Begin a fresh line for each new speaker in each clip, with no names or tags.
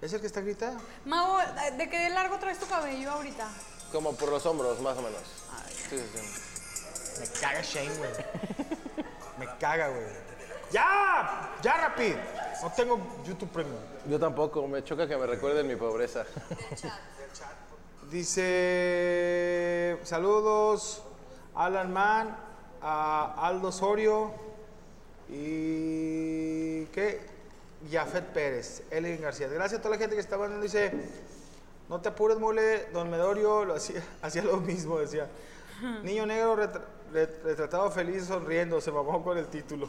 ¿Es el que está gritando?
Mau, ¿de qué largo traes tu cabello ahorita?
Como por los hombros, más o menos. Sí, sí, sí.
Me caga Shane, güey. Me caga, güey. ¡Ya! ¡Ya, Rapid! No tengo YouTube Premium.
Yo tampoco, me choca que me recuerden mi pobreza.
Dice. Saludos, Alan Mann, a Aldo Osorio y. ¿Qué? Jafet Pérez, Elvin García. Gracias a toda la gente que está mandando. Dice: No te apures, mole, don Medorio lo hacía, hacía lo mismo, decía. Niño negro retra- re- retratado feliz sonriendo, se mamó con el título.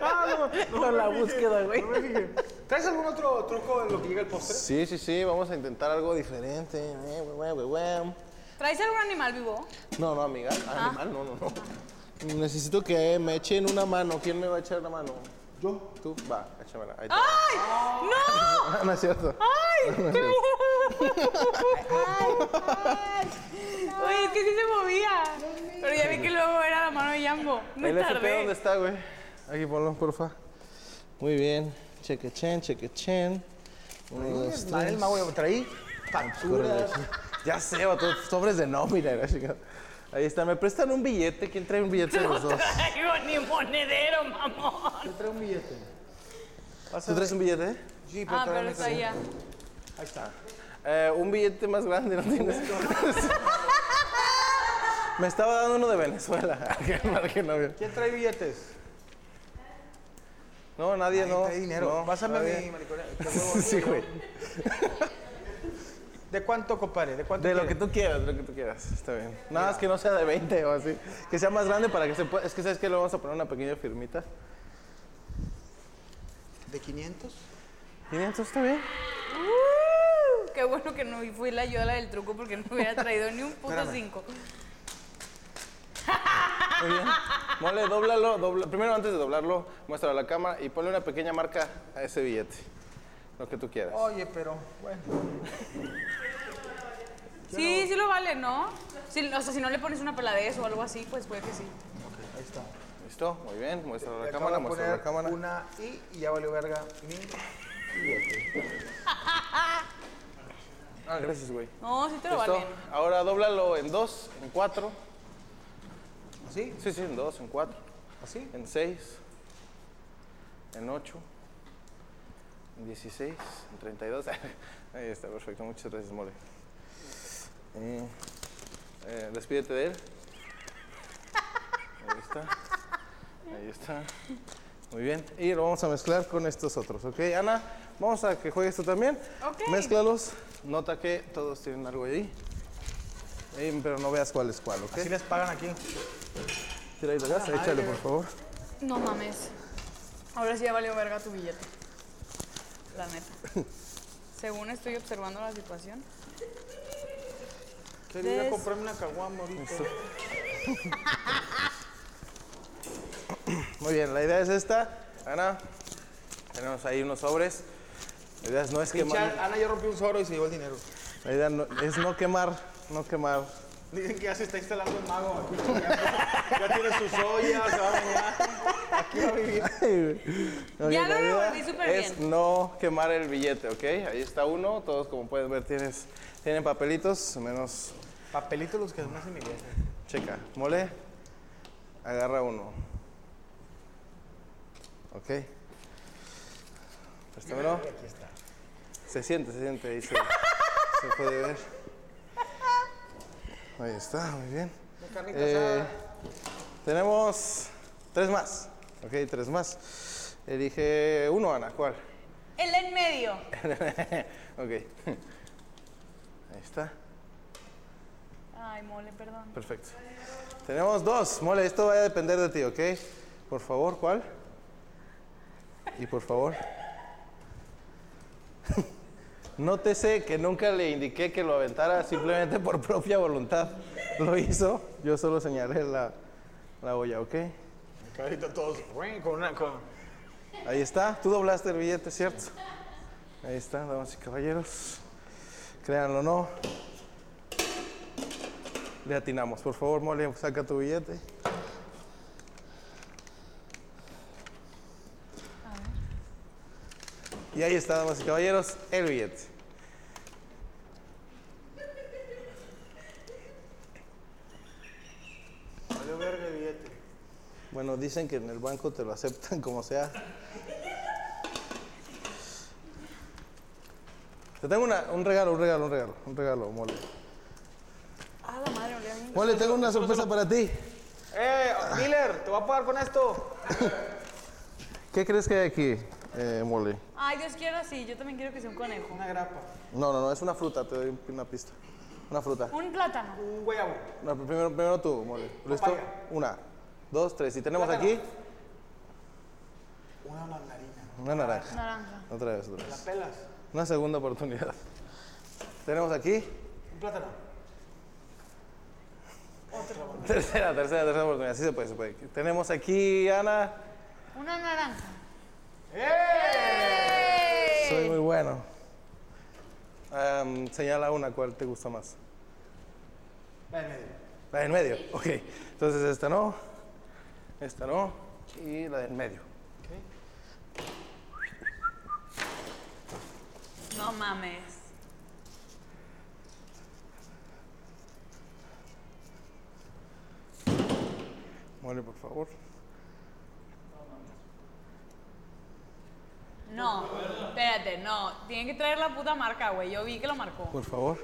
Ah, no,
Con
me
la
fijé,
búsqueda, güey.
no me fijé. ¿Traes algún otro truco en lo que llega el postre?
Sí, sí, sí, vamos a intentar algo diferente. Eh, güey, güey, güey, güey.
¿Traes algún animal vivo?
No, no, amiga. Animal, no, no, no. Ah. Necesito que me echen una mano. ¿Quién me va a echar la mano? Yo. Tú, va, échamela. Ahí te va.
¡Ay! ¡No!
No, no es cierto.
¡Ay! ¡Qué ¡Ay! Oye, es que sí se movía. Pero ya vi que luego era la mano de Jambo. Me
¿El FP dónde
tardé. Ah,
está, güey? Aquí ponlo, porfa. Muy bien. Chequechen, chequechen. Uno, dos,
Madre, el
tres.
mago ya traí
Córrele.
facturas.
Ya sé, vato, sobres de nómina. la chingada. Ahí está, me prestan un billete. ¿Quién trae un billete de los dos?
Traigo ni monedero, mamón.
Yo traigo un billete.
¿Tú traes un billete?
Sí, pero
Ah,
tráeme
pero está
ese.
allá.
Ahí está.
Eh, un billete más grande, ¿no tienes? me estaba dando uno de Venezuela. Para que no, vea.
¿Quién trae billetes?
no, nadie, no.
Trae dinero.
No,
Pásame
nadie.
mi mariconera.
Sí, güey.
¿De cuánto, compadre? ¿De cuánto?
De lo que
quiere?
tú quieras, de lo que tú quieras. Está bien. Nada más que no sea de 20 o así. Que sea más grande para que se pueda. Es que sabes que le vamos a poner una pequeña firmita.
¿De 500?
500 está bien.
Uh, Qué bueno que no fui la yo la del truco porque no hubiera traído ni un punto
Espérame.
cinco.
Muy bien. Mole, dóblalo. dobla- Primero, antes de doblarlo, muéstralo a la cámara y ponle una pequeña marca a ese billete. Lo que tú quieras.
Oye, pero bueno.
Sí, sí lo vale, ¿no? Si- o sea, si no le pones una peladez o algo así, pues puede que sí.
Ahí está.
¿Listo? Muy bien. Muéstralo a
Le
la
acabo
cámara,
de
muéstralo a la
poner
cámara.
Una I y ya valió verga mi billete.
Ah, gracias, güey.
No, sí te lo
¿Listo?
valen.
Ahora dóblalo en dos, en cuatro.
¿Así?
Sí, sí, en dos, en cuatro.
¿Así?
En seis. En ocho. En 16, en 32. Ahí está, perfecto. Muchas gracias, Mole. Eh, eh, despídete de él. Ahí está. Ahí está. Muy bien. Y lo vamos a mezclar con estos otros, ¿ok? Ana, vamos a que juegues tú también.
Ok.
Mézclalos. Nota que todos tienen algo ahí. Eh, pero no veas cuál es cuál, ¿ok?
¿Así les pagan aquí?
Tira ahí la gasa, Pues échale, por favor.
No mames. Ahora sí ya valió verga tu billete. La neta. Según estoy observando la situación.
Quería
Des-
comprarme una caguama ahorita.
Muy bien, la idea es esta. Ana, tenemos ahí unos sobres. La idea es no es
Pinche
quemar.
Ana ya rompió un zorro y se llevó el dinero.
La idea no- es no quemar, no quemar.
Dicen que ya se está instalando el mago aquí. Ya tiene sus ollas, se va a bañar. Aquí va a vivir.
Ok,
Ya lo
la idea
revolví súper
Es
bien.
no quemar el billete, ¿ok? Ahí está uno. Todos, como pueden ver, tienes, tienen papelitos, menos
Papelitos los que me hacen mi vieja.
Checa, mole, agarra uno. Ok. Préstamelo. Aquí está. Se siente, se siente, ahí se, se puede ver. Ahí está, muy bien. Eh, tenemos tres más. Ok, tres más. Elige uno, Ana, ¿cuál?
El en medio.
ok. Ahí está.
Ay, mole, perdón.
Perfecto. Tenemos dos. Mole, esto va a depender de ti, ¿ok? Por favor, ¿cuál? Y por favor. Nótese que nunca le indiqué que lo aventara simplemente por propia voluntad. Lo hizo, yo solo señalé la, la olla, ¿ok?
Ahorita todos ¡ruin! con una con.
Ahí está, tú doblaste el billete, ¿cierto? Ahí está, damas y caballeros. Créanlo o no. Le atinamos. Por favor, Mole, saca tu billete.
Y ahí está, damas y caballeros, el billete.
Vale verga el billete.
Bueno, dicen que en el banco te lo aceptan como sea. Te tengo una- un regalo, un regalo, un regalo, un regalo, mole.
Ah, la madre, olía bien.
Mole, tengo una sorpresa para ti.
¡Eh, dealer! Te voy a pagar con esto.
¿Qué crees que hay aquí, eh, mole?
Ay, Dios quiera, sí. Yo también quiero que sea un conejo.
Una grapa.
No, no, no, es una fruta, te doy una pista. Una fruta.
Un plátano.
Un guayabo.
No, pero primero, primero tú, mole. ¿Listo?
Papaya.
Una, dos, tres. Y tenemos
Plátano.
aquí
Una mandarina.
una naranja.
Naranja.
Otra vez, otra
La
vez.
pelas.
Una segunda oportunidad. Tenemos aquí
Un plátano. Otra mandarina.
tercera, tercera, tercera oportunidad. Sí se puede, se puede. Tenemos aquí, Ana.
Una naranja.
¡Eh!
Soy muy bueno. Am, señala una, ¿cuál te gusta más?
Va en medio.
La del medio, ok. Entonces esta no, esta no y la del medio.
Ok.
No mames.
Mole, por favor.
No, espérate, no. Tienen que traer la puta marca, güey. Yo vi que lo marcó.
Por favor.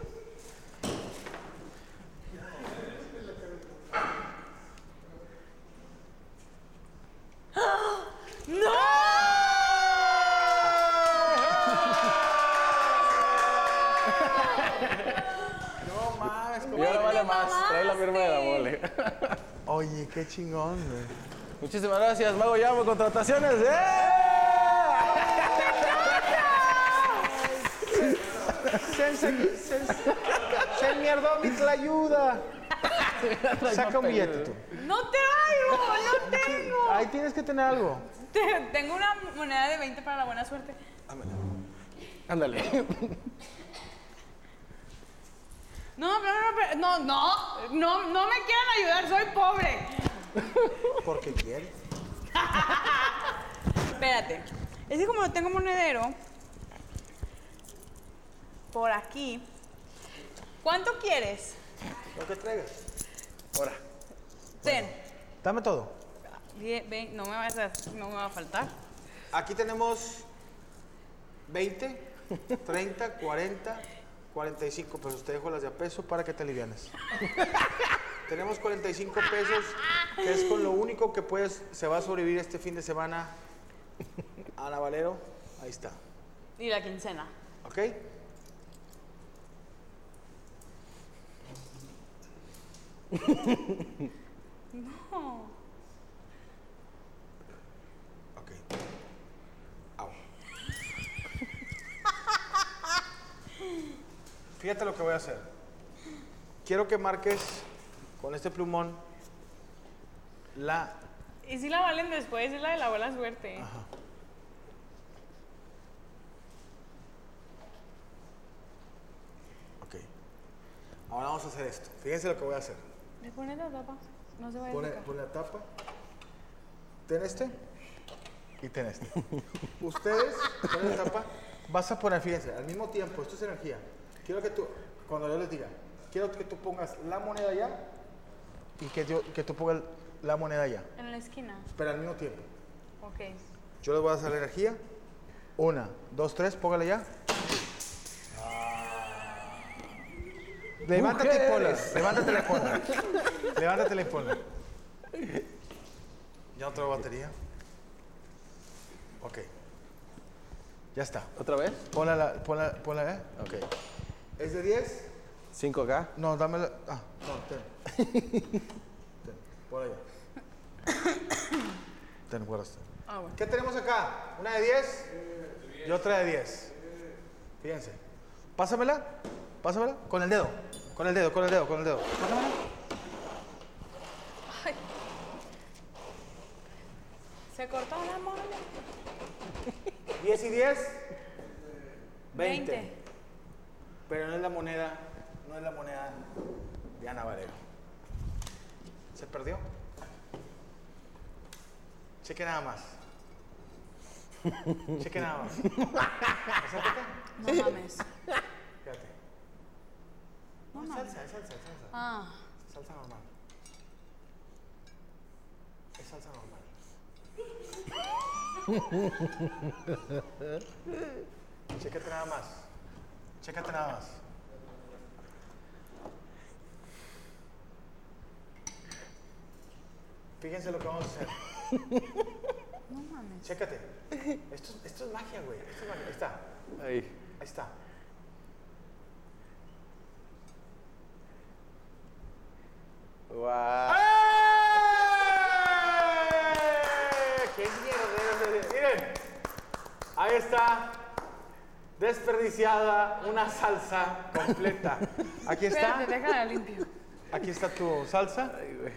¡No!
No mames,
Y ahora vale
te
más, trae la firma de la mole.
mamaste.
Oye, qué chingón, güey.
Muchísimas gracias, Mago Llamo, contrataciones. ¡Eh!
Sen, sen, sen, sen mierdó mi tlayuda. Saca un billete tú.
¡No traigo! ¡No tengo!
Ahí tienes que tener algo.
Te- Tengo una moneda de 20 para la buena suerte.
Ándale.
No, pero, no, pero- no, no, no, no me quieran ayudar, soy pobre.
Porque quieres.
Espérate. Es que como no tengo monedero, por aquí. ¿Cuánto quieres?
Lo que traigas.
Ahora.
Ten.
Dame todo.
Die- vein- no me vas a, no me va a faltar.
Aquí tenemos 20, 30, 40, 45 pesos. Te dejo las de a peso para que te alivianes. tenemos 45 pesos, que es con lo único que puedes, se va a sobrevivir este fin de semana. Ana Valero, ahí está.
Y la quincena.
¿Ok?
Oh.
Ok. Fíjate lo que voy a hacer. Quiero que marques con este plumón la.
Y si la valen después, es la de la buena suerte.
Ok. Ahora vamos a hacer esto. Fíjense lo que voy a hacer.
¿Le pones la tapa? No se vaya
Pone,
a tocar.
pone la tapa. Ten este. Y ten este. Ustedes, ponen la tapa. Vas a poner, fíjense, al mismo tiempo, esto es energía. Quiero que tú, cuando yo les diga, quiero que tú pongas la moneda allá y que, yo, que tú pongas la moneda allá.
En la esquina.
Pero al mismo tiempo.
Ok.
Yo les voy a hacer la energía. Una, dos, tres, póngale ya. Levántate y ponla. Levántate y ponla. Levántate y ponla. Ya no traigo batería. Ok. Ya está.
¿Otra vez?
Ponla, la- ponla, ponla, ¿eh?
Ok.
¿Es de 10?
Cinco acá.
No, dame la... Ah, no, ten. ten. Ponla ya. Ten, guardaste.
Ah, bueno.
¿Qué tenemos acá? ¿Una de 10? Y otra de 10. Fíjense. Pásamela. Pásamela. Con el dedo. Con el dedo, con el dedo, con el dedo. Pásamela.
Ay. Se cortó la mano.
10 y 10.
20.
Pero no es la moneda. No es la moneda de Ana Valero. Se perdió. Cheque nada más. Cheque nada más. Acércate.
No mames.
Fíjate.
No
Es
mames.
salsa, es salsa, es salsa.
Ah,
Salsa normal. Es salsa normal. Chécate nada más. Chécate nada más. Fíjense lo que vamos a hacer.
no mames.
Chécate. Esto, es- esto es magia, güey. Esto es magia. Ahí está.
Ahí.
Ahí está.
Wow.
¡Eh! ¡Qué mierda! Miren, ahí está desperdiciada una salsa completa. Aquí está,
Espérate, déjala limpio.
aquí está tu salsa.
Ay, güey.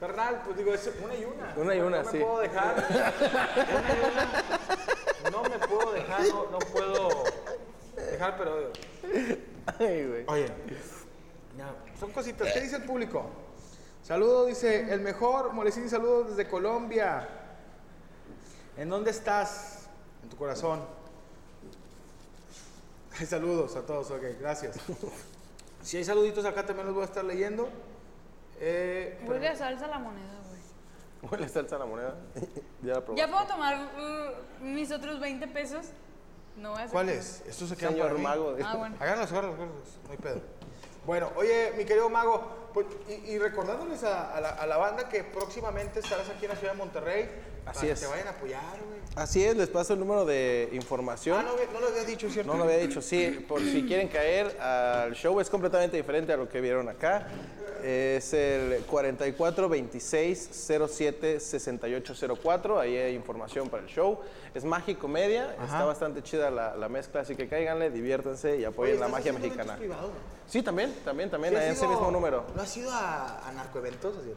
Carnal, pues digo, es una y una.
Una y una,
no
sí.
No me puedo dejar. Una y una. No me puedo dejar, no, no puedo dejar, pero digo,
Ay, güey.
Oye, ya, son cositas. ¿Qué dice el público? Saludo, dice el mejor. Molesín, saludos desde Colombia. ¿En dónde estás? En tu corazón. Ay, Saludos a todos, ok, gracias. Si hay saluditos acá también los voy a estar leyendo. Eh, pero-
Huele a salsa la moneda, güey.
Huele salsa a la moneda. ya la probé.
¿Ya puedo tomar uh, mis otros 20 pesos? No voy a hacer
¿Cuál
nada.
es? Esto se queda
Señor mago. de-
Ah, bueno.
Agárralos, agárralos, agárralos. No hay pedo. Bueno, oye, mi querido mago, pues, y, y recordándoles a, a la, a la banda que próximamente estarás aquí en la ciudad de Monterrey.
Así
para
es.
Que te vayan a apoyar, güey.
Así es, les paso el número de
Ah,
información.
no, había- no lo había dicho, ¿cierto?
No lo había dicho, sí, por si quieren caer al show es completamente diferente a lo que vieron acá. Es el 44 26 07 6804, ahí hay información para el show. Es magia y comedia, está bastante chida la, la mezcla, así que cáiganle, diviértanse y
Oye,
apoyen la
¿estás
magia
haciendo eventos
mexicana.
privados?
Sí, también, también, también,
¿Sí has
en ese
ido-
mismo número.
¿No has ido a, a narcoeventos? así?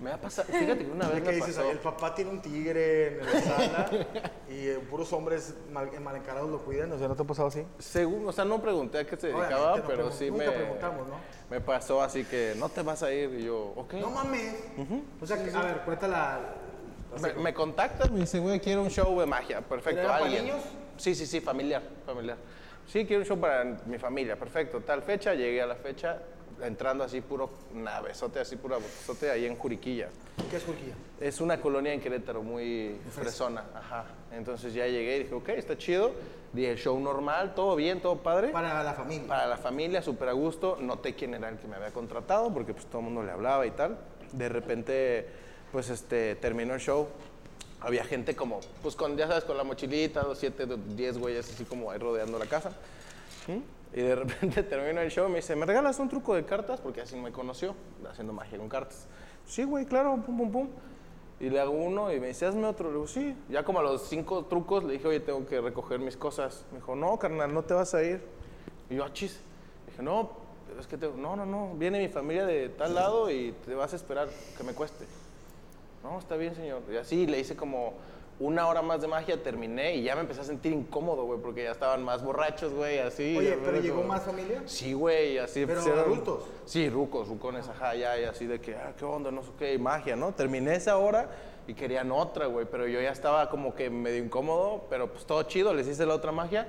Me ha pasado, fíjate que una vez
¿Qué
me
dices?
pasó.
El papá tiene un tigre en la sala y eh, puros hombres mal, mal encarados lo cuidan. O sea, ¿no te ha pasado así?
Según, o sea, no pregunté a qué se
Obviamente,
dedicaba,
no
pero
pregun-
sí
nunca
me,
preguntamos, ¿no?
me pasó así que no te vas a ir y yo, ok.
No mames. O sea, que, a ver, cuéntala.
Me, me contactan, me dicen, güey, quiero un show de magia. Perfecto,
¿Pero era para
alguien.
niños?
Sí, sí, sí, familiar, familiar. Sí, quiero un show para mi familia, perfecto. Tal fecha, llegué a la fecha, entrando así puro navezote, así puro botezote, ahí en Juriquilla.
¿Qué es Turquía?
Es una colonia en Querétaro muy fresona, ajá. Entonces ya llegué y dije, ok, está chido. Dije, show normal, todo bien, todo padre.
Para la familia.
Para la familia, súper a gusto. Noté quién era el que me había contratado porque pues todo el mundo le hablaba y tal. De repente, pues este, terminó el show. Había gente como, pues con, ya sabes, con la mochilita, los siete, diez güeyes así como ahí rodeando la casa. ¿Mm? Y de repente termino el show y me dice, ¿me regalas un truco de cartas? Porque así me conoció, haciendo magia con cartas. Sí, güey, claro, pum, pum, pum. Y le hago uno y me dice, hazme otro. Le digo, sí. Ya como a los cinco trucos le dije, oye, tengo que recoger mis cosas. Me dijo, no, carnal, no te vas a ir. Y yo, achis. Dije, no, pero es que te... No, no, no, viene mi familia de tal lado y te vas a esperar que me cueste. No, está bien, señor. Y así le hice como una hora más de magia, terminé y ya me empecé a sentir incómodo, güey, porque ya estaban más borrachos, güey, así.
Oye,
ya
pero
era
llegó
como-
más familia.
Sí, güey, así.
Pero adultos.
Sí, rucos, rucones, ajá, ya, y así de que, ah, qué onda, no sé qué, y magia, ¿no? Terminé esa hora y querían otra, güey, pero yo ya estaba como que medio incómodo, pero pues todo chido, les hice la otra magia.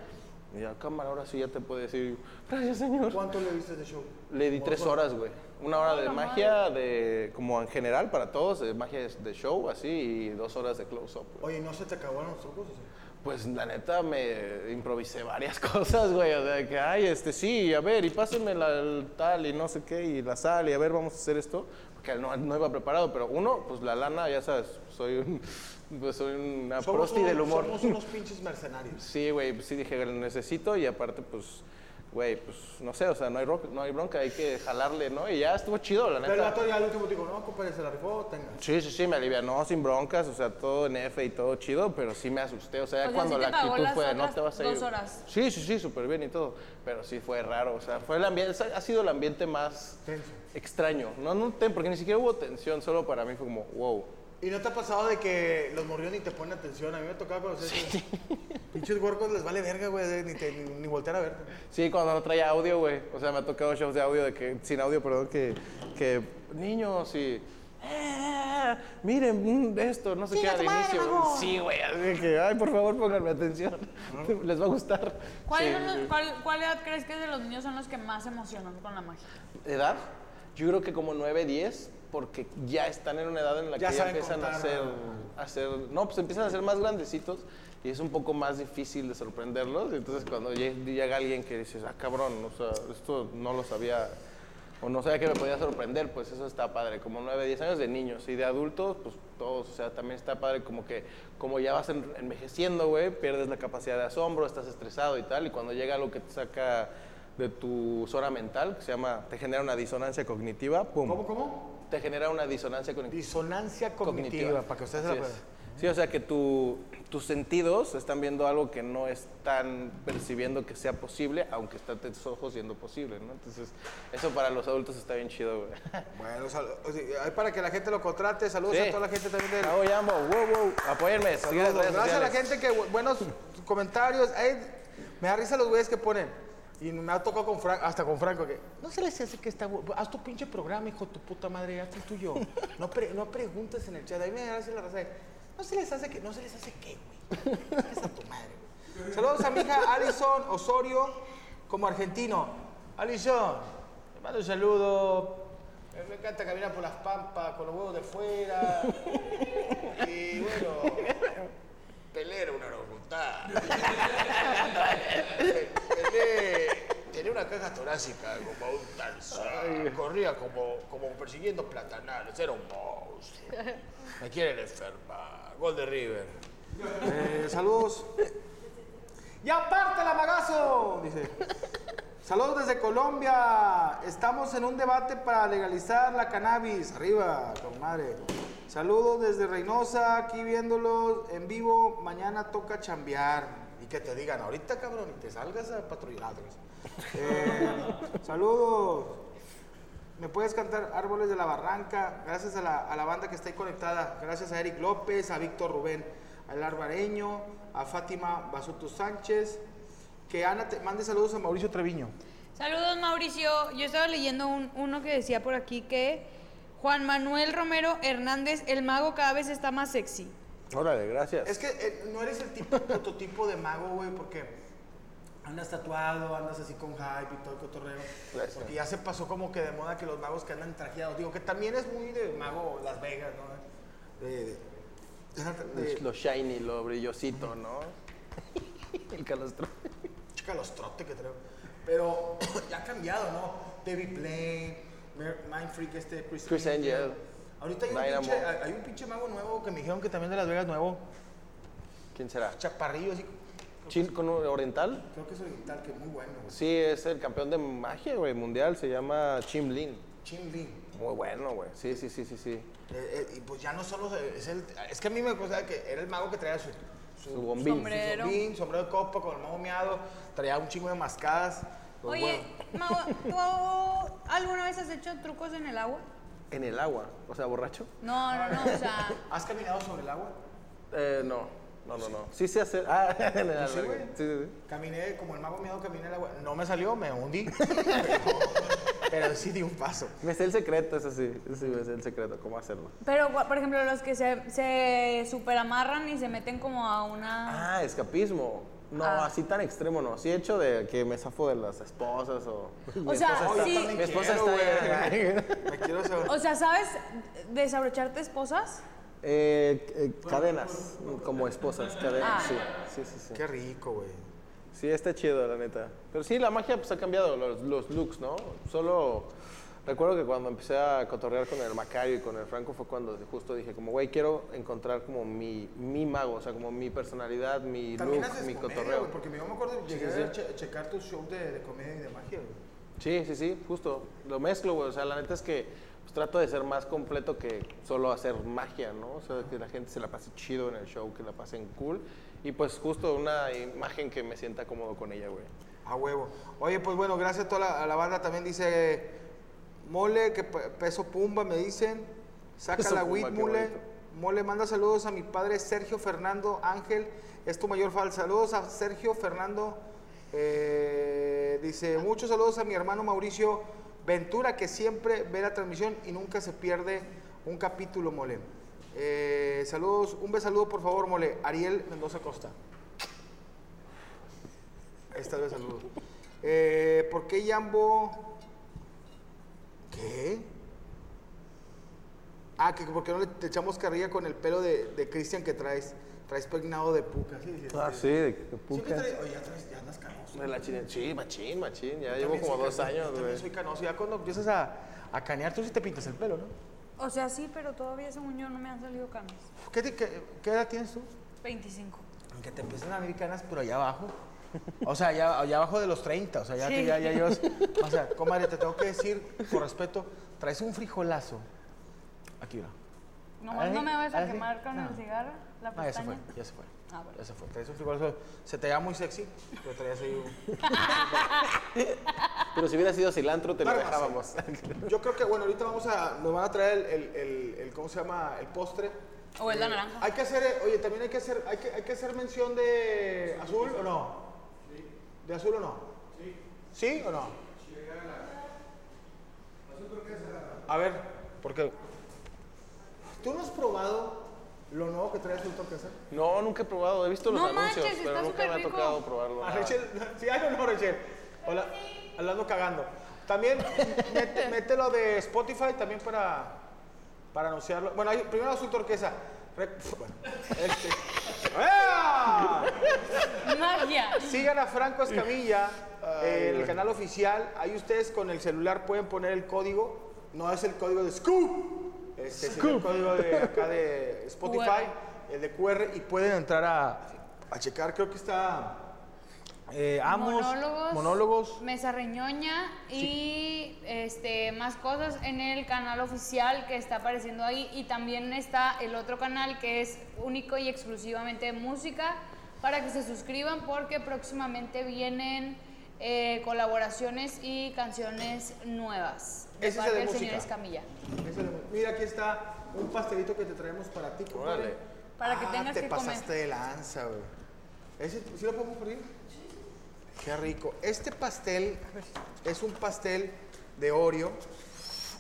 Y ya, cámara, ahora sí ya te puedo decir, gracias, señor.
¿Cuánto le viste de show?
Le di tres horas, güey. Una hora de magia, de, como en general para todos, de magia de show, así, y dos horas de close-up, güey.
Oye, ¿no se te acabaron los trucos? o sea?
Pues la neta me improvisé varias cosas, güey. O sea, que, ay, este sí, a ver, y pásenme la el tal y no sé qué, y la sal, y a ver, vamos a hacer esto. Porque no, no iba preparado, pero uno, pues la lana, ya sabes, soy, un, pues, soy una
Somos
prosti
un-
del humor.
Somos unos pinches mercenarios.
Sí, güey, pues, sí dije, lo necesito, y aparte, pues, güey, pues no sé, o sea, no hay, ro- no hay bronca, hay que jalarle, ¿no? Y ya estuvo chido, la
Pero el
neta.
vato ya al último dijo, no, compadre, se la rifó, tenga.
Sí, sí, sí, me alivianó sin broncas, o sea, todo en F y todo chido, pero sí me asusté, o sea,
sea,
cuando
sí te
la
pagó
actitud
las
fue de no
otras
te vas a ir.
dos horas.
Sí, sí, sí, súper bien y todo, pero sí fue raro, o sea, fue el ambiente, ha sido el ambiente más
Tenso.
extraño, no, no, ten- porque ni siquiera hubo tensión, solo para mí fue como, wow.
¿Y no te ha pasado de que los morrió ni te ponen atención? A mí me tocaba conocer. Sí. Pinches huercos les vale verga, güey, ni, te- ni, ni voltear a verte.
Sí, cuando no traía audio, güey, o sea, me ha tocado shows de audio, de que, sin audio, perdón, que, que niños y... "Eh, eh, ah, miren mm, esto, no sé qué,
Chinga
al
tu madre,
inicio.
mamón.
Sí, güey, así de que, ay, por favor, pónganme atención, les va a gustar.
¿Cuál,
Sí,
son los-
sí.
cuál- cuál edad crees que de los niños son los que más se emocionan con la magia?
¿Edad? Yo creo que como 9, 10, porque ya están en una edad en la
Ya
que ya
saben
empiezan a
contar,
hacer, a hacer- No, pues empiezan a ser más grandecitos y es un poco más difícil de sorprenderlos. Entonces, cuando lle- llega alguien que dices, ah, cabrón, o sea, esto no lo sabía o no sabía que me podía sorprender, pues eso está padre. Como 9, 10 años de niños y de adultos, pues todos. O sea, también está padre como que, como ya vas en- envejeciendo, güey, pierdes la capacidad de asombro, estás estresado y tal. Y cuando llega algo que te saca de tu zona mental, que se llama, te genera una disonancia cognitiva, pum.
¿Cómo, cómo?
Te genera una disonancia cognitiva.
Disonancia cognitiva,
cognitiva.
para que ustedes se
Así
la
es. Sí, o sea que tu- tus sentidos están viendo algo que no están percibiendo que sea posible, aunque está tus ojos siendo posible, ¿no? Entonces, eso para los adultos está bien chido, güey.
Bueno, sal- o sea, ahí para que la gente lo contrate. Saludos
Sí.
Pues, a toda la gente también del.
Bravo, llamo. Wow, wow. Apóyenme. sigan
Saludos.
las redes
Gracias a la
sociales.
gente que bu- buenos comentarios. Ay, me da risa los güeyes que ponen. Y me ha tocado con Franco, hasta con Franco, que no se les hace que está. bu- Haz tu pinche programa, hijo de tu puta madre, haz el tuyo. No, pre- no preguntes en el chat. A mí me da risa la raza de, No se les hace que. No se les hace que, güey. Chingas a tu madre, güey. Saludos a mi hija Alison Osorio, como argentino. Alison, te mando un saludo. Me encanta caminar por las pampas con los huevos de fuera. Y bueno. Pelé era una orangután. Pelé tenía una caja torácica como un tanzán. Corría como, como persiguiendo platanales. Era un monstruo. Me quieren enfermar. Gol de River. saludos. Y aparte la magazo, dice. Saludos desde Colombia. Estamos en un debate para legalizar la cannabis. Arriba, comadre. Saludos desde Reynosa, aquí viéndolos en vivo. Mañana toca chambear. Y que te digan ahorita, cabrón, y te salgas a patrullar. Eh, saludos. ¿Me puedes cantar Árboles de la Barranca? Gracias a la, a la banda que está ahí conectada. Gracias a Eric López, a Víctor Rubén, al Arbareño, a Fátima Basuto Sánchez. Que Ana te mande saludos a Mauricio Treviño.
Saludos, Mauricio. Yo estaba leyendo un- uno que decía por aquí que Juan Manuel Romero Hernández, el mago, cada vez está más sexy.
Órale, gracias.
Es que eh, no eres el tipo, prototipo de mago, güey, porque andas tatuado, andas así con hype y todo el cotorreo.
Gracias.
Porque ya se pasó como que de moda que los magos que andan trajeados. Digo, que también es muy de mago Las Vegas, ¿no? De- de- de-
Lo shiny, lo brillosito, ¿no? El calostro.
Chica, los trotes que traigo. Pero ya ha cambiado, ¿no? David Blaine, Mer- Mind Freak, este Chris,
Chris Angel.
Ahorita hay un,
Dynamo.
pinche, hay un pinche mago nuevo que me dijeron que también de Las Vegas nuevo.
¿Quién será?
Chaparrillo, así.
¿Chin con un oriental?
Creo que es oriental, que es muy bueno. güey.
Sí, es el campeón de magia, güey, mundial. Se llama Chim Lin.
Chin Lin.
Muy bueno, güey. Sí, sí, sí, sí, sí.
Eh, eh, y pues ya no solo se- es el. Es que a mí me cosa que era el mago que traía su.
Su
Hombre.
bombín.
Sombrero.
bombín, sombrero de copa con el mago meado, traía un chingo de mascadas. Pues,
Oye,
bueno,
Mago, ¿tú alguna vez has hecho trucos en el agua?
En el agua. O sea, borracho.
No, no, no, o sea,
¿Has caminado sobre el agua?
Eh, no. No, no, no. Sí se hace. Ah, en el
Sí, güey.
albergue. Sí, sí, sí.
Caminé, como el mago meado caminé el agua. No me salió, me hundí. Pero sí di un paso.
Me sé el secreto, eso sí. Sí, me sé el secreto, cómo hacerlo.
pero gua- por ejemplo, los que se, se superamarran y se meten como a una...
Ah, escapismo. No,
Ah.
así tan extremo no. Sí he hecho de que me zafo de las esposas o...
O sea,
esposa
sí,
está
Mi esposa
Quiero,
está...
Me quiero saber.
o sea, ¿sabes desabrocharte esposas?
Eh, eh, cadenas, como esposas, cadenas,
Ah.
sí. Sí, sí, sí.
Qué rico, güey.
Sí, está chido, la neta. Pero sí, la magia pues ha cambiado, los, los looks, ¿no? Solo recuerdo que cuando empecé a cotorrear con el Macario y con el Franco fue cuando justo dije como, güey, quiero encontrar como mi, mi mago, o sea, como mi personalidad, mi
También
look,
haces
mi
comedia,
cotorreo.
güey, porque yo me acuerdo llegué
sí, sí.
a che- checar tu show de, de comedia y de magia, güey.
Sí, sí, sí, justo. Lo mezclo, güey. O sea, la neta es que pues, trato de ser más completo que solo hacer magia, ¿no? O sea, que la gente se la pase chido en el show, que la pasen cool. Y pues justo una imagen que me sienta cómodo con ella, güey.
A huevo. Oye, pues bueno, gracias a toda la, a la banda. También dice Mole, que pe- peso pumba, me dicen. Saca
Peso
la
Pumba,
WIT,
qué
Mole.
bonito.
Mole, manda saludos a mi padre Sergio Fernando Ángel. Es tu mayor fan. Saludos a Sergio Fernando. Eh, dice, muchos saludos a mi hermano Mauricio Ventura, que siempre ve la transmisión y nunca se pierde un capítulo, Mole. Eh, saludos, un beso saludo por favor, mole. Ariel Mendoza Costa. Esta vez saludo. Eh, ¿Por qué Yambo? ¿Qué? Ah, que porque no le te echamos carrilla con el pelo de, de Cristian que traes. Traes peinado de puca. Sí, sí,
Ah,
sí.
sí, de, de
Este, Sí que
puca.
traes- oye, ya traes, ya andas canoso.
De la china. Sí, machín, machín. Ya
Yo
llevo
también
como
soy
dos
canoso,
años,
yo también
güey.
soy canoso. Ya cuando empiezas a, a canear, tú sí te pintas el pelo, ¿no?
O sea, sí, pero todavía según yo no me han salido canas.
¿Qué, te- qué- qué edad tienes tú?
25.
Aunque te empiezan a venir canas, pero allá abajo. O sea, allá, allá abajo de los 30. O sea, ya, que
Sí.
ya, ya llevas. O sea, comadre, te tengo que decir, con respeto, traes un frijolazo. Aquí va.
Nomás
Ay,
no me vas a
ay,
quemar con
no.
el cigarro, la
Ah, ya se fue,
pestaña.
ya se fue.
Ah, bueno.
Ya se fue. Traes un frijolazo. Se te veía muy sexy, pero traías ahí un.
Pero si hubiera sido cilantro, te lo
Bárbaro,
dejábamos.
Yo creo que, bueno, ahorita vamos a, nos van a traer el, el, el- el- ¿cómo se llama? El postre.
O el de
Eh,
naranja.
Hay que hacer, eh, oye, también hay que hacer, hay que, hay que hacer mención de azul o no. ¿De azul o no? Sí. ¿Sí o no? A ver, porque tú no has probado lo nuevo que trae azul turquesa.
No, nunca he probado. He visto los
No
anuncios,
manches,
pero
está
nunca me ha
superrico.
tocado probarlo.
A
nada.
Rachel, Ah, sí, hay o no, Rachel. Hola, hablando cagando. También mete- mételo de Spotify también para, para anunciarlo. Bueno, hay- primero azul turquesa. Re- bueno, este. ¡Ea!
Magia.
Sigan a Franco Escamilla eh, en el canal oficial. Ahí ustedes con el celular pueden poner el código. No es el código de Scoop. Este es el código de acá de Spotify, el de QR, y pueden entrar a, a checar. Creo que está eh, Amos,
monólogos,
monólogos.
Mesa Reñoña y este más cosas en el canal oficial que está apareciendo ahí y también está el otro canal que es único y exclusivamente de música para que se suscriban porque próximamente vienen eh, colaboraciones y canciones nuevas de
Ese es el
parte
de
del señor
música.
Escamilla.
Ese de- Mira, aquí está un pastelito que te traemos para ti. compadre.
Órale.
Para que
Ah,
tengas
te
que comer.
pasaste de lanza, güey. ¿Ese sí lo podemos abrir? Qué rico. Este pastel es un pastel de Oreo.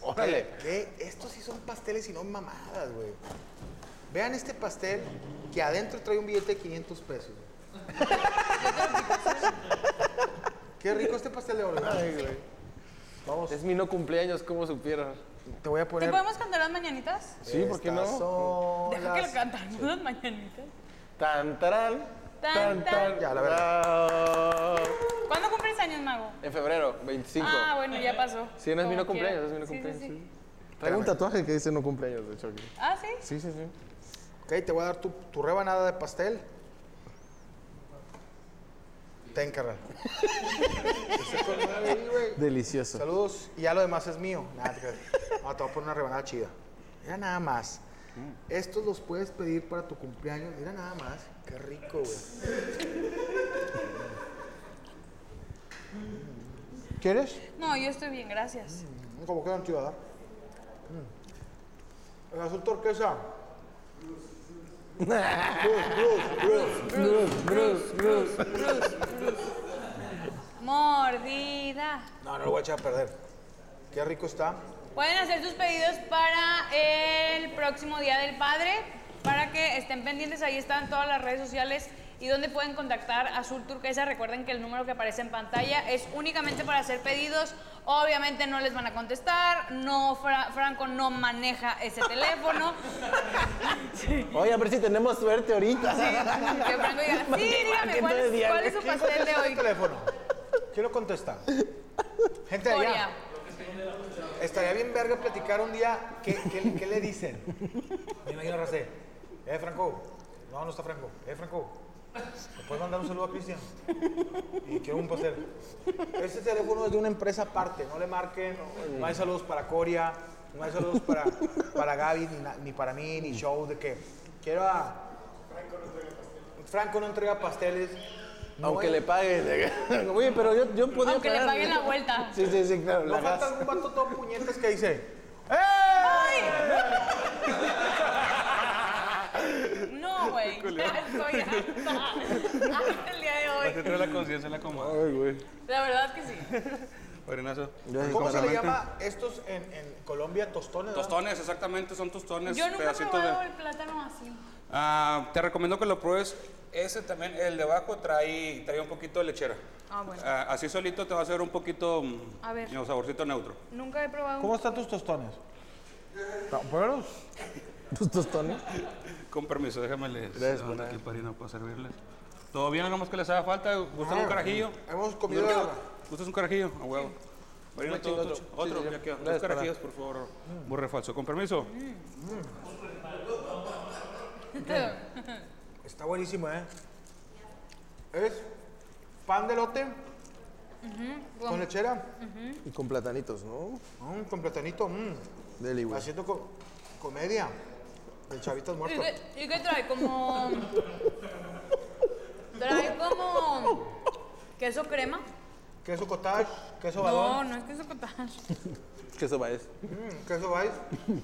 Ah, Órale.
Que estos sí son pasteles y no mamadas, güey. Vean este pastel que adentro trae un billete de 500 pesos. güey. Qué rico este pastel de Oreo.
Ay, güey.
Vamos.
Es mi no cumpleaños, ¿cómo supieron?
Te voy a
¿Sí
poner.
podemos cantar las mañanitas?
Sí, ¿por qué
Estas
no?
son
Deja que
las-
lo cantamos las mañanitas.
Tan, tarán.
Tan, tan.
Ya, la
verdad.
¿Cuándo cumples años, Mago?
En febrero, 25.
Ah, bueno, ya pasó.
Sí, no es mi no
Como quiera.
cumpleaños, es mi no
Sí, sí,
cumpleaños.
sí.
sí. Traigo un tatuaje que dice no cumpleaños, de hecho. aquí.
Ah, sí.
Sí, sí, sí.
Ok, te voy a dar tu, tu rebanada de pastel. Ten, carnal. Ese con madre ahí, güey.
Delicioso.
Saludos. Y ya lo demás es mío. Nada, te creas. No, te voy a poner una rebanada chida. Mira nada más. Estos los puedes pedir para tu cumpleaños. Mira nada más. Qué rico, güey. ¿Quieres?
No, yo estoy bien, gracias.
Como quedan chidas, ¿verdad? Mm. El azul turquesa. Cruz, cruz, cruz.
Mordida.
No, no lo voy a echar a perder. Qué rico está.
Pueden hacer sus pedidos para el próximo Día del Padre, para que estén pendientes. Ahí están todas las redes sociales y donde pueden contactar Azul Turquesa. Recuerden que el número que aparece en pantalla es únicamente para hacer pedidos. Obviamente no les van a contestar. No, Fra- Franco no maneja ese teléfono.
Oye, a ver si tenemos suerte ahorita.
Sí, que Franco diga, sí, dígame, ¿cuál es, cuál es su
¿Quién
pastel de
contesta
hoy?
el teléfono? ¿Quién lo contesta? Gente de allá.
Corea.
Estaría bien verga platicar un día qué, qué- qué le dicen. Me imagino Rosé. Eh, Franco. No, no está Franco. Eh, Franco. ¿Me puedes mandar un saludo a Cristian? Y quiero un pastel. Este teléfono es de una empresa aparte. No le marquen. No hay saludos para Coria. No hay saludos para, para Gaby, ni, na- ni para mí, ni show. De que quiero a... Franco no entrega pasteles. No
Aunque
hay-
le paguen. Oye, pero yo, yo podía
Aunque le
pagar.
paguen la vuelta.
Sí, sí, sí, claro.
No
La
falta
gas.
algún vato todo puñetas que dice. ¡Eh!
No, güey. Ya estoy harta. Hasta el día de hoy.
Te trae la conciencia en la comadre.
Ay, güey.
La verdad que sí.
Orinazo.
Ya,
¿Cómo se le
Exactamente.
llama estos en, en Colombia? Tostones. ¿verdad?
Tostones, exactamente, son tostones.
Yo nunca he
pedacitos
probado
de-
el plátano así.
Ah, te recomiendo que lo pruebes. Ese también, el de abajo, trae, trae un poquito de lechera.
Ah, bueno.
Ah, así solito te va a hacer un poquito, mm,
A ver.
un saborcito neutro.
Nunca he probado
¿Cómo
un...
están tus tostones?
¿Están buenos? ¿Tus tostones?
Con permiso, déjame les
Gracias,
mando
buena.
aquí parina para servirles. ¿Todo bien? ¿Algo más que les haga falta? ¿Gustan un
Ah,
carajillo?
hemos comido
¿Gustas-
nada.
¿Gustas un carajillo? A huevo. Parina,
Me
todo
chingo
tu-
otro.
Otro,
Sí, sí,
ya
sí.
queda.
Gracias,
Dos carajillos, por favor. Burre falso. Con permiso.
Está buenísimo, ¿eh? Es pan de lote con lechera,
Y con platanitos, ¿no?
mm, con platanito, mm.
Deli, güey.
haciendo co- comedia de chavitos
¿Y
muertos.
qué, y qué trae? Como... Trae como... ¿Queso crema?
Queso cottage, queso
No,
badón,
no es queso cottage.
Queso maíz.
mm, queso vice.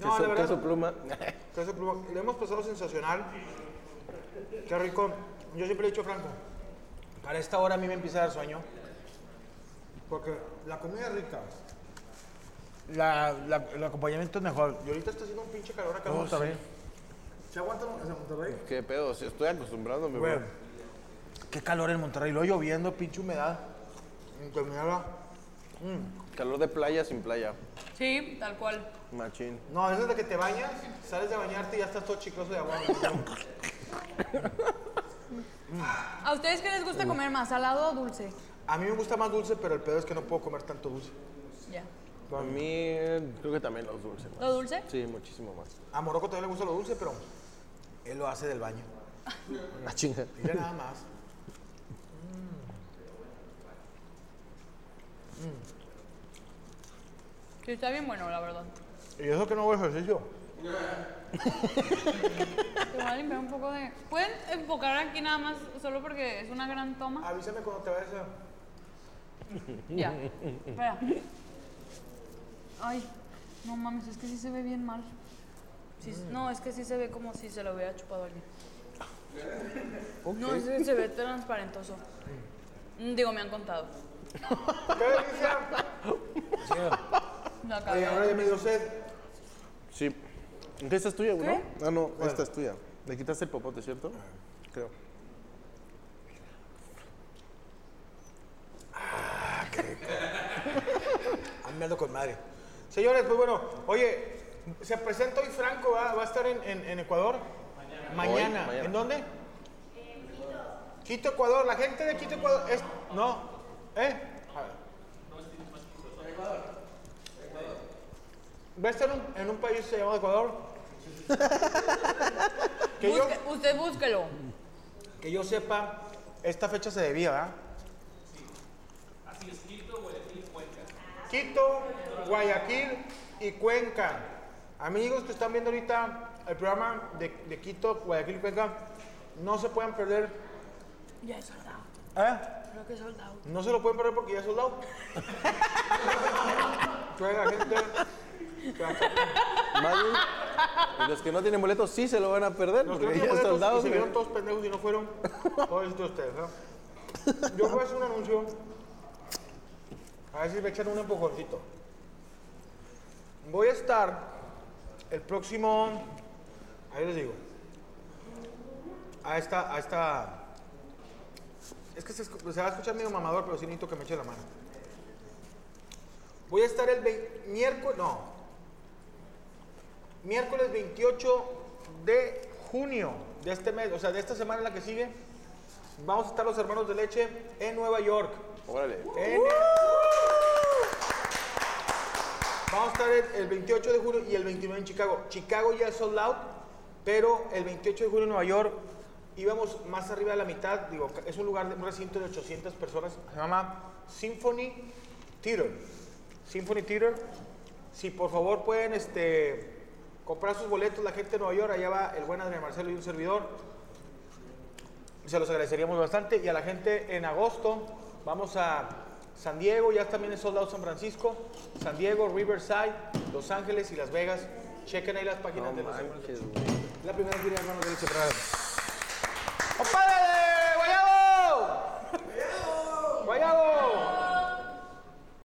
No, la
queso,
verdad,
queso pluma.
queso pluma. Le hemos pasado sensacional. Qué rico. Yo siempre le he dicho a Franco, para esta hora a mí me empieza a dar sueño. Porque la comida es rica. La, la- el acompañamiento es mejor. Y ahorita está haciendo un pinche calor acá en Monterrey. ¿Se aguantan en Monterrey?
¿Qué pedo? Sí, Estoy acostumbrándome, güey.
Güey, qué calor en Monterrey. Lo lloviendo, pinche humedad. Interminable.
Calor de playa sin playa.
Sí, tal cual.
Machín.
No, eso es de que te bañas, sales de bañarte y ya estás todo chicloso de agua.
¿A ustedes qué les gusta comer más? ¿Salado o dulce?
A mí me gusta más dulce, pero el pedo es que no puedo comer tanto dulce.
Ya.
A mí eh, creo que también los dulces. más.
¿Lo dulce?
Sí, muchísimo más.
A Morocco también le gusta lo dulce, pero él lo hace del baño.
La chinga.
Mira nada más.
Sí, está bien bueno, la verdad.
Y eso que no hago ejercicio.
Te voy a limpiar un poco de... ¿Pueden enfocar aquí nada más solo porque es una gran toma?
Avísame cuando te vayas a...
Ya. Espera. Ay, no mames, es que sí se ve bien mal. Sí, No, es que sí se ve como si se lo hubiera chupado alguien. No, sí se ve transparentoso. Mm, Digo, me han contado.
¡Qué delicia!
La acabé.
Oye, Eh, ahora ya me dio sed.
Sí. ¿Qué esta es tuya, güey?
¿Qué?
Ah, no, esta es tuya. Le quitaste el popote, ¿cierto? Creo.
A mí me ando con madre. Señores, pues bueno, oye, se presenta hoy Franco, va, va a estar en, en- en Ecuador. Mañana.
Hoy, mañana.
¿En dónde? Quito, Ecuador. La gente de Quito, Ecuador. es- no. ¿Eh? A ver. Va a estar en, en un país que se llama Ecuador. que, yo,
Busque- usted búsquelo.
que yo sepa, esta fecha se debía, ¿verdad? Quito, Guayaquil y Cuenca. Amigos que están viendo ahorita el programa de, de Quito, Guayaquil y Cuenca, no se pueden perder.
Ya es soldado.
Ah.
¿Eh?
Creo que es soldado.
No se lo pueden perder porque ya es soldado. Juega gente.
Más bien, y los que no tienen boletos sí se lo van a perder
Los que no
porque ya
tienen
están
boletos y
soldados.
se vieron
güey.
todos pendejos y no fueron. Pobrecito de ustedes, ¿no? Yo voy a hacer un anuncio. A ver si me echan un empujoncito. Voy a estar el próximo. Ahí les digo. A esta. A esta es que se, escu- se va a escuchar medio mamador, pero sí necesito que me eche la mano. Voy a estar el miércoles. No. Miércoles 28 de junio de este mes, o sea, de esta semana en la que sigue, vamos a estar los hermanos de leche en Nueva York.
Órale.
En- Vamos a estar el, el 28 de junio y el 29 en Chicago. Chicago ya es sold out, pero el 28 de junio en Nueva York íbamos más arriba de la mitad. Digo, ca- es un lugar, de, un recinto de 800 personas. Se llama Symphony Theater. Symphony Theater. Si por favor pueden este, comprar sus boletos, la gente de Nueva York, allá va el buen Adrián Marcelo y un servidor. Se los agradeceríamos bastante. Y a la gente en agosto vamos a San Diego, ya también es soldado San Francisco, San Diego, Riverside, Los Ángeles y Las Vegas. Chequen ahí las páginas de los hermanos.
Manches, güey.
La primera gira de hermanos de Leche Prada.